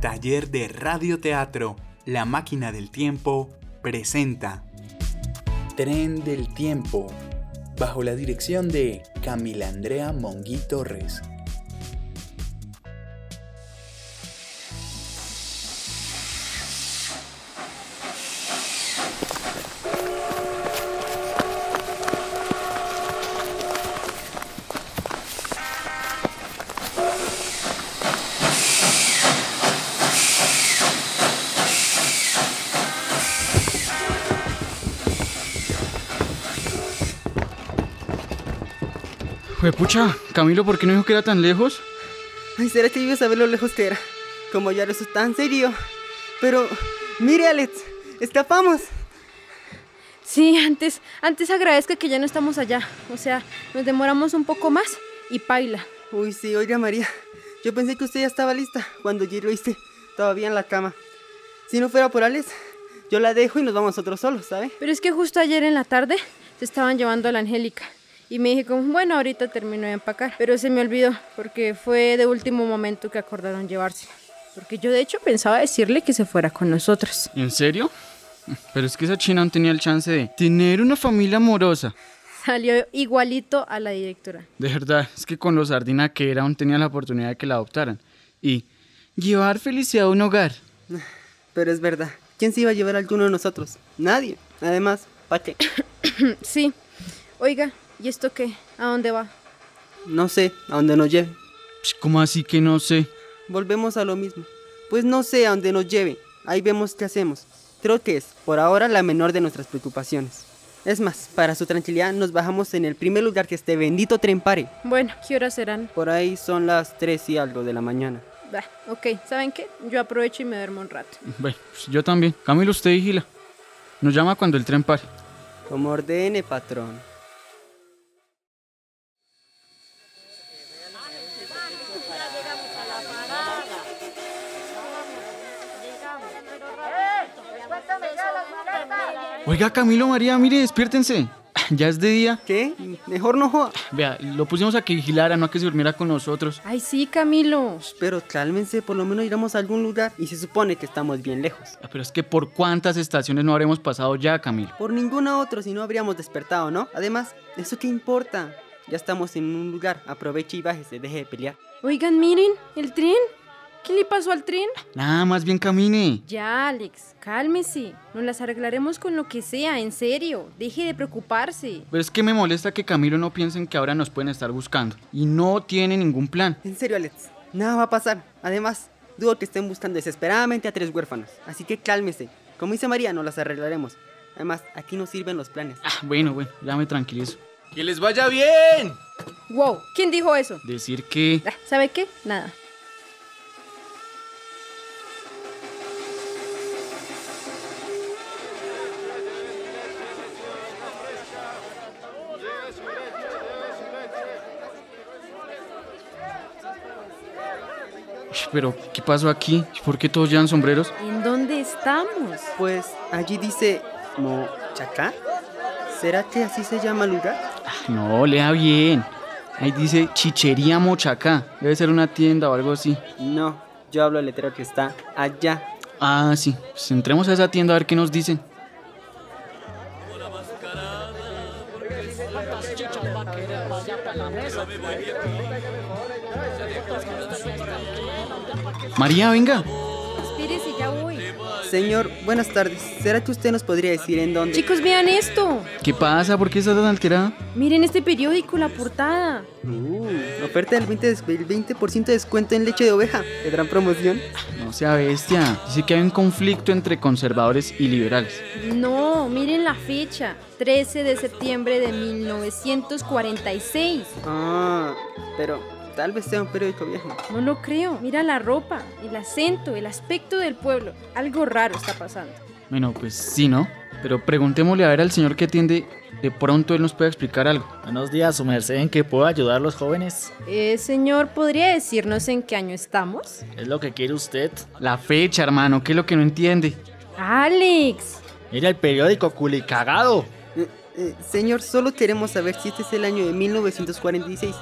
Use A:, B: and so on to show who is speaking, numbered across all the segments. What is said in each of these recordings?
A: Taller de Radioteatro, La Máquina del Tiempo, presenta Tren del Tiempo, bajo la dirección de Camila Andrea Monguí Torres.
B: Juepucha, Camilo, ¿por qué no dijo que era tan lejos?
C: Ay, será que yo iba a saber lo lejos que era. Como ya lo es tan serio. Pero, mire, Alex, escapamos.
D: Sí, antes, antes agradezca que ya no estamos allá. O sea, nos demoramos un poco más y paila.
C: Uy, sí, oiga, María. Yo pensé que usted ya estaba lista cuando yo lo hice, todavía en la cama. Si no fuera por Alex, yo la dejo y nos vamos nosotros solos, ¿sabe?
D: Pero es que justo ayer en la tarde se estaban llevando a la Angélica. Y me dije como, bueno, ahorita termino de empacar. Pero se me olvidó, porque fue de último momento que acordaron llevarse. Porque yo de hecho pensaba decirle que se fuera con nosotros.
B: ¿En serio? Pero es que esa china no tenía el chance de tener una familia amorosa.
D: Salió igualito a la directora.
B: De verdad, es que con los sardina que era aún tenía la oportunidad de que la adoptaran. Y llevar felicidad a un hogar.
C: Pero es verdad. ¿Quién se iba a llevar a alguno de nosotros? Nadie. Además, ¿para qué?
D: Sí. Oiga, ¿y esto qué? ¿A dónde va?
C: No sé a dónde nos lleve.
B: Pues, ¿Cómo así que no sé?
C: Volvemos a lo mismo. Pues no sé a dónde nos lleve. Ahí vemos qué hacemos. Creo que es, por ahora, la menor de nuestras preocupaciones. Es más, para su tranquilidad, nos bajamos en el primer lugar que este bendito tren pare.
D: Bueno, ¿qué horas serán?
C: Por ahí son las 3 y algo de la mañana.
D: Bah, ok, ¿saben qué? Yo aprovecho y me duermo un rato.
B: Bueno, pues yo también. Camilo, usted vigila. Nos llama cuando el tren pare.
C: Como ordene, patrón.
B: Oiga, Camilo, María, mire, despiértense. Ya es de día.
C: ¿Qué? Mejor no joda.
B: Vea, lo pusimos a que vigilara, no a que se durmiera con nosotros.
D: Ay, sí, Camilo.
C: Pero cálmense, por lo menos iremos a algún lugar y se supone que estamos bien lejos.
B: Ah, Pero es que por cuántas estaciones no habremos pasado ya, Camilo.
C: Por ninguna otra si no habríamos despertado, ¿no? Además, ¿eso qué importa? Ya estamos en un lugar, aproveche y bájese, deje de pelear.
D: Oigan, miren, el tren. ¿Qué le pasó al tren?
B: Nada más bien camine.
D: Ya, Alex, cálmese. Nos las arreglaremos con lo que sea, en serio. Deje de preocuparse.
B: Pero es que me molesta que Camilo no piensen que ahora nos pueden estar buscando. Y no tiene ningún plan.
C: En serio, Alex, nada va a pasar. Además, dudo que estén buscando desesperadamente a tres huérfanos. Así que cálmese. Como dice María, nos las arreglaremos. Además, aquí no sirven los planes.
B: Ah, bueno, bueno, ya me tranquilizo.
E: ¡Que les vaya bien!
D: Wow, ¿quién dijo eso?
B: Decir que...
D: Ah, ¿Sabe qué? Nada.
B: Ush, Pero, ¿qué pasó aquí? ¿Por qué todos llevan sombreros?
D: ¿En dónde estamos?
C: Pues allí dice Mochacá. ¿Será que así se llama el lugar?
B: Ah, no, lea bien. Ahí dice Chichería Mochacá. Debe ser una tienda o algo así.
C: No, yo hablo el letrero que está allá.
B: Ah, sí. Pues entremos a esa tienda a ver qué nos dicen. María, venga.
D: Espérese, ya voy.
C: Señor, buenas tardes. ¿Será que usted nos podría decir en dónde?
D: Chicos, vean esto.
B: ¿Qué pasa? ¿Por qué estás tan alterada?
D: Miren este periódico, la portada.
C: Uh, oferta del 20%, des- el 20 de descuento en leche de oveja. ¿Qué gran promoción?
B: No sea bestia. Dice que hay un conflicto entre conservadores y liberales.
D: No, miren la fecha. 13 de septiembre de 1946.
C: Ah, pero tal vez sea un periódico viejo.
D: No lo creo. Mira la ropa, el acento, el aspecto del pueblo. Algo raro está pasando.
B: Bueno, pues sí, ¿no? Pero preguntémosle a ver al señor que atiende. De pronto él nos puede explicar algo.
F: Buenos días, su merced, ¿en qué puedo ayudar a los jóvenes?
D: Eh, señor, ¿podría decirnos en qué año estamos?
F: ¿Es lo que quiere usted?
B: La fecha, hermano, ¿qué es lo que no entiende?
D: Alex.
F: Mira el periódico culicagado.
C: Eh, eh, señor, solo queremos saber si este es el año de 1946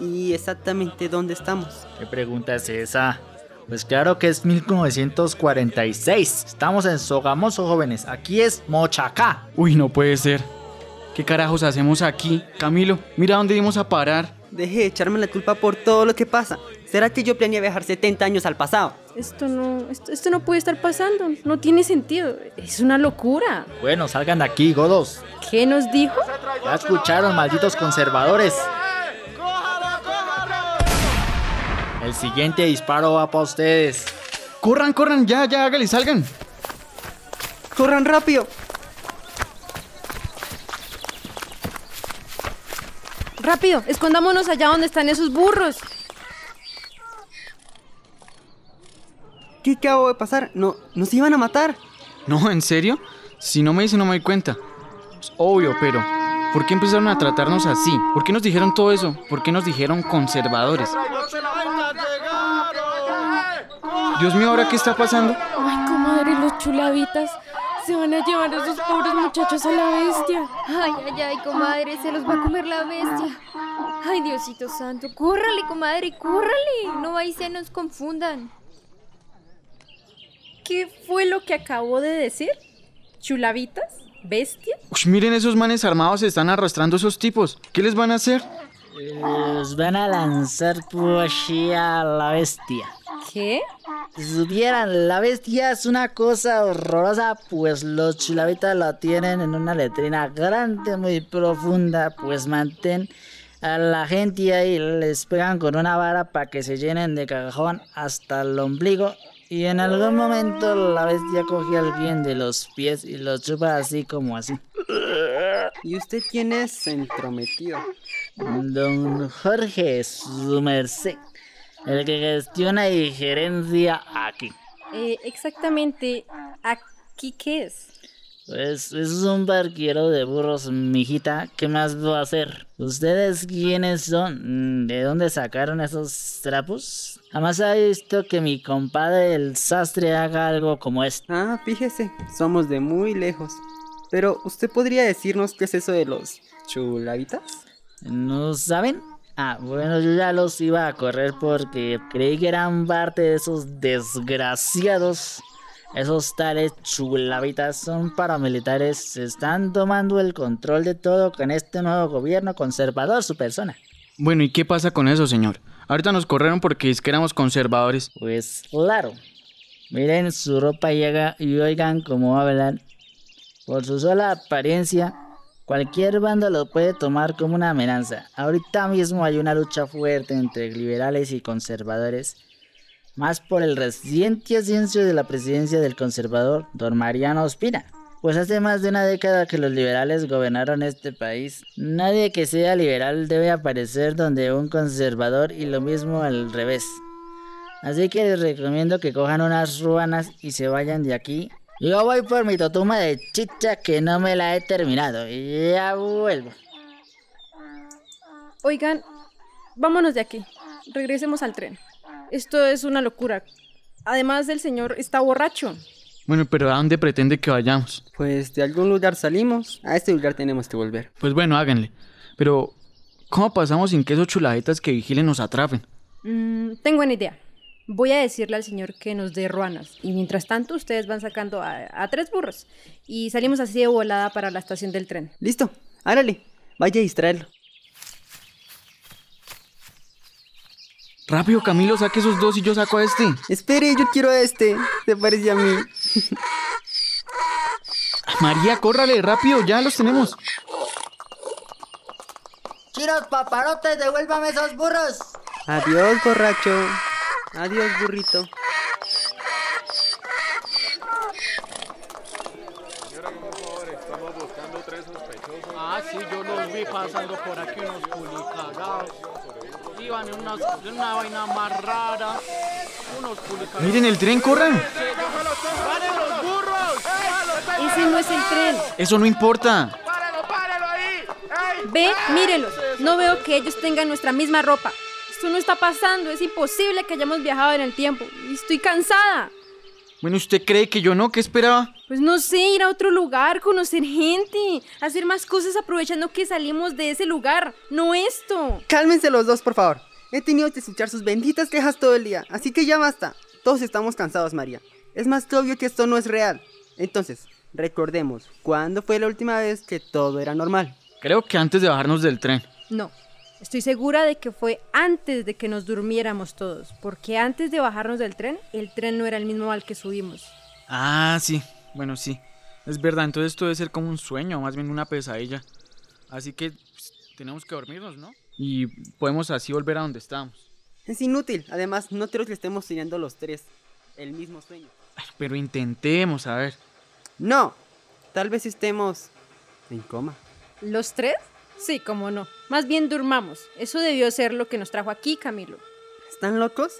C: y exactamente dónde estamos.
F: ¿Qué pregunta es esa? Pues claro que es 1946. Estamos en Sogamoso, jóvenes. Aquí es Mochacá.
B: Uy, no puede ser. ¿Qué carajos hacemos aquí? Camilo, mira dónde íbamos a parar.
C: Deje de echarme la culpa por todo lo que pasa. ¿Será que yo planeé viajar 70 años al pasado?
D: Esto no, esto, esto no puede estar pasando, no tiene sentido, es una locura.
F: Bueno, salgan de aquí, godos.
D: ¿Qué nos dijo?
F: Ya escucharon, malditos conservadores. El siguiente disparo va para ustedes.
B: Corran, corran, ya, ya, hágale, salgan.
C: ¡Corran rápido!
D: Rápido, escondámonos allá donde están esos burros.
C: ¿Qué acabo de pasar? No, nos iban a matar.
B: No, ¿en serio? Si no me dice no me doy cuenta. Es obvio, pero ¿por qué empezaron a tratarnos así? ¿Por qué nos dijeron todo eso? ¿Por qué nos dijeron conservadores? Dios mío, ¿ahora qué está pasando?
G: Ay, comadre, los chulavitas se van a llevar a esos pobres muchachos a la bestia.
H: Ay, ay, ay, comadre, se los va a comer la bestia. Ay, Diosito santo, córrale, comadre, córrale. No ahí se nos confundan.
D: ¿Qué fue lo que acabó de decir? ¿Chulavitas? ¿Bestia?
B: Ush, miren esos manes armados se están arrastrando esos tipos. ¿Qué les van a hacer?
F: Los van a lanzar por allí a la bestia.
D: ¿Qué?
F: Si supieran, la bestia es una cosa horrorosa, pues los chulavitas la tienen en una letrina grande, muy profunda, pues mantén a la gente ahí, les pegan con una vara para que se llenen de cajón hasta el ombligo. Y en algún momento la bestia coge al bien de los pies y lo chupa así como así.
C: ¿Y usted quién es entrometido?
F: Don Jorge, su merced, el que gestiona y gerencia aquí.
D: Eh, exactamente, ¿aquí qué es?
F: Pues es un barquero de burros, mijita. ¿Qué más va a hacer? ¿Ustedes quiénes son? ¿De dónde sacaron esos trapos? Jamás he visto que mi compadre el sastre haga algo como esto.
C: Ah, fíjese, somos de muy lejos. Pero, ¿usted podría decirnos qué es eso de los chulavitas?
F: ¿No saben? Ah, bueno, yo ya los iba a correr porque creí que eran parte de esos desgraciados. Esos tales chulavitas son paramilitares. Se están tomando el control de todo con este nuevo gobierno conservador, su persona.
B: Bueno, ¿y qué pasa con eso, señor? Ahorita nos corrieron porque es que éramos conservadores.
F: Pues claro. Miren su ropa llega y oigan cómo hablan. Por su sola apariencia, cualquier bando lo puede tomar como una amenaza. Ahorita mismo hay una lucha fuerte entre liberales y conservadores más por el reciente ascenso de la presidencia del conservador don Mariano Ospina. Pues hace más de una década que los liberales gobernaron este país. Nadie que sea liberal debe aparecer donde un conservador y lo mismo al revés. Así que les recomiendo que cojan unas ruanas y se vayan de aquí. Yo voy por mi totuma de chicha que no me la he terminado. Y ya vuelvo.
D: Oigan, vámonos de aquí. Regresemos al tren. Esto es una locura. Además, el señor está borracho.
B: Bueno, pero ¿a dónde pretende que vayamos?
C: Pues de algún lugar salimos. A este lugar tenemos que volver.
B: Pues bueno, háganle. Pero, ¿cómo pasamos sin que esos chulajetas que vigilen nos atrapen?
D: Mm, tengo una idea. Voy a decirle al señor que nos dé ruanas. Y mientras tanto, ustedes van sacando a, a tres burros. Y salimos así de volada para la estación del tren.
C: Listo, árale. Vaya a distraerlo.
B: Rápido, Camilo, saque esos dos y yo saco a este.
C: Espere, yo quiero a este. Se parece a mí.
B: María, córrale, rápido, ya los tenemos.
I: Chiros paparotes, devuélvame esos burros.
C: Adiós, borracho. Adiós, burrito.
J: Ah, sí, yo los vi pasando por aquí unos culicagados iban en una, en una, vaina más rara. Unos publicados.
B: Miren el tren, corran.
J: los burros!
D: Ese no es el tren.
B: Eso no importa.
J: ¡Páralo, páralo ahí! ¡Ey!
D: Ve, mírenlos. No veo que ellos tengan nuestra misma ropa. Esto no está pasando. Es imposible que hayamos viajado en el tiempo. Estoy cansada.
B: Bueno, ¿usted cree que yo no? ¿Qué esperaba?
D: Pues no sé, ir a otro lugar, conocer gente, hacer más cosas aprovechando que salimos de ese lugar, no esto.
C: Cálmense los dos, por favor. He tenido que escuchar sus benditas quejas todo el día, así que ya basta. Todos estamos cansados, María. Es más que obvio que esto no es real. Entonces, recordemos, ¿cuándo fue la última vez que todo era normal?
B: Creo que antes de bajarnos del tren.
D: No, estoy segura de que fue antes de que nos durmiéramos todos, porque antes de bajarnos del tren, el tren no era el mismo al que subimos.
B: Ah, sí. Bueno, sí. Es verdad, entonces esto debe ser como un sueño, más bien una pesadilla. Así que pues, tenemos que dormirnos, ¿no? Y podemos así volver a donde estábamos.
C: Es inútil, además no creo que estemos soñando los tres el mismo sueño.
B: Ay, Pero intentemos, a ver.
C: No, tal vez estemos en coma.
D: ¿Los tres? Sí, cómo no. Más bien durmamos. Eso debió ser lo que nos trajo aquí, Camilo.
C: ¿Están locos?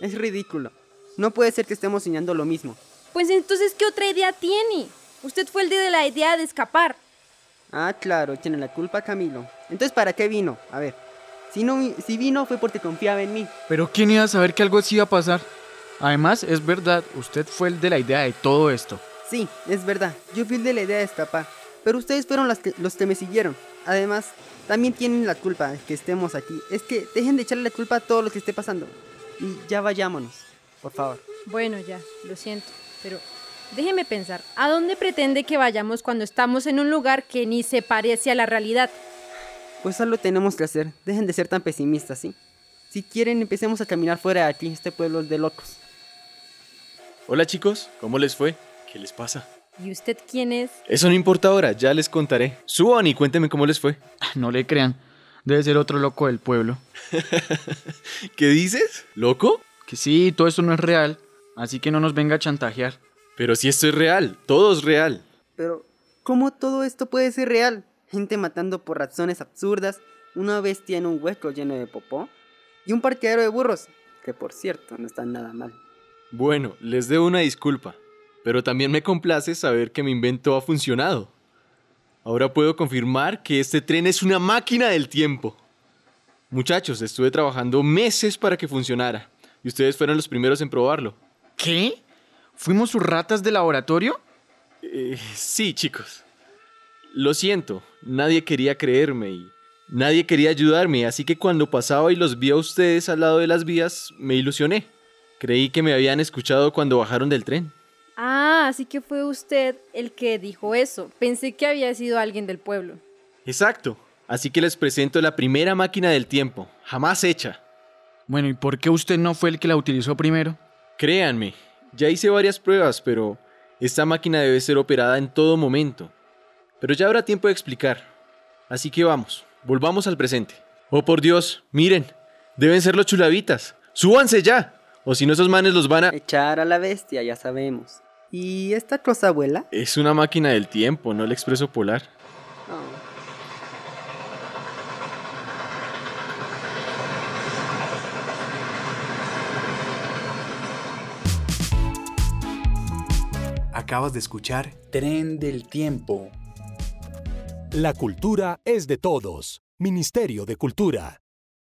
C: Es ridículo. No puede ser que estemos soñando lo mismo.
D: Pues entonces, ¿qué otra idea tiene? Usted fue el de la idea de escapar.
C: Ah, claro, tiene la culpa Camilo. Entonces, ¿para qué vino? A ver, si, no, vi- si vino fue porque confiaba en mí.
B: Pero ¿quién iba a saber que algo así iba a pasar? Además, es verdad, usted fue el de la idea de todo esto.
C: Sí, es verdad, yo fui el de la idea de escapar, pero ustedes fueron las que- los que me siguieron. Además, también tienen la culpa de que estemos aquí. Es que dejen de echarle la culpa a todo lo que esté pasando. Y ya vayámonos, por favor.
D: Bueno, ya, lo siento, pero déjeme pensar, ¿a dónde pretende que vayamos cuando estamos en un lugar que ni se parece a la realidad?
C: Pues algo tenemos que hacer, dejen de ser tan pesimistas, ¿sí? Si quieren, empecemos a caminar fuera de aquí, este pueblo es de locos.
E: Hola chicos, ¿cómo les fue? ¿Qué les pasa?
D: ¿Y usted quién es?
E: Eso no importa ahora, ya les contaré. Suban y cuéntenme cómo les fue.
B: Ah, No le crean, debe ser otro loco del pueblo.
E: ¿Qué dices? ¿Loco?
B: Que sí, todo esto no es real, así que no nos venga a chantajear.
E: Pero si esto es real, todo es real.
C: Pero, ¿cómo todo esto puede ser real? Gente matando por razones absurdas, una bestia en un hueco lleno de popó y un parqueadero de burros, que por cierto no están nada mal.
E: Bueno, les debo una disculpa, pero también me complace saber que mi invento ha funcionado. Ahora puedo confirmar que este tren es una máquina del tiempo. Muchachos, estuve trabajando meses para que funcionara, y ustedes fueron los primeros en probarlo.
B: ¿Qué? ¿Fuimos sus ratas de laboratorio?
E: Eh, sí, chicos. Lo siento, nadie quería creerme y nadie quería ayudarme, así que cuando pasaba y los vi a ustedes al lado de las vías, me ilusioné. Creí que me habían escuchado cuando bajaron del tren.
D: Ah, así que fue usted el que dijo eso. Pensé que había sido alguien del pueblo.
E: Exacto. Así que les presento la primera máquina del tiempo, jamás hecha.
B: Bueno, ¿y por qué usted no fue el que la utilizó primero?
E: Créanme, ya hice varias pruebas, pero esta máquina debe ser operada en todo momento. Pero ya habrá tiempo de explicar. Así que vamos, volvamos al presente. Oh por Dios, miren, deben ser los chulavitas. ¡Súbanse ya! O si no, esos manes los van a.
C: Echar a la bestia, ya sabemos. ¿Y esta cosa abuela?
E: Es una máquina del tiempo, no el expreso polar.
A: Acabas de escuchar Tren del Tiempo.
K: La cultura es de todos. Ministerio de Cultura.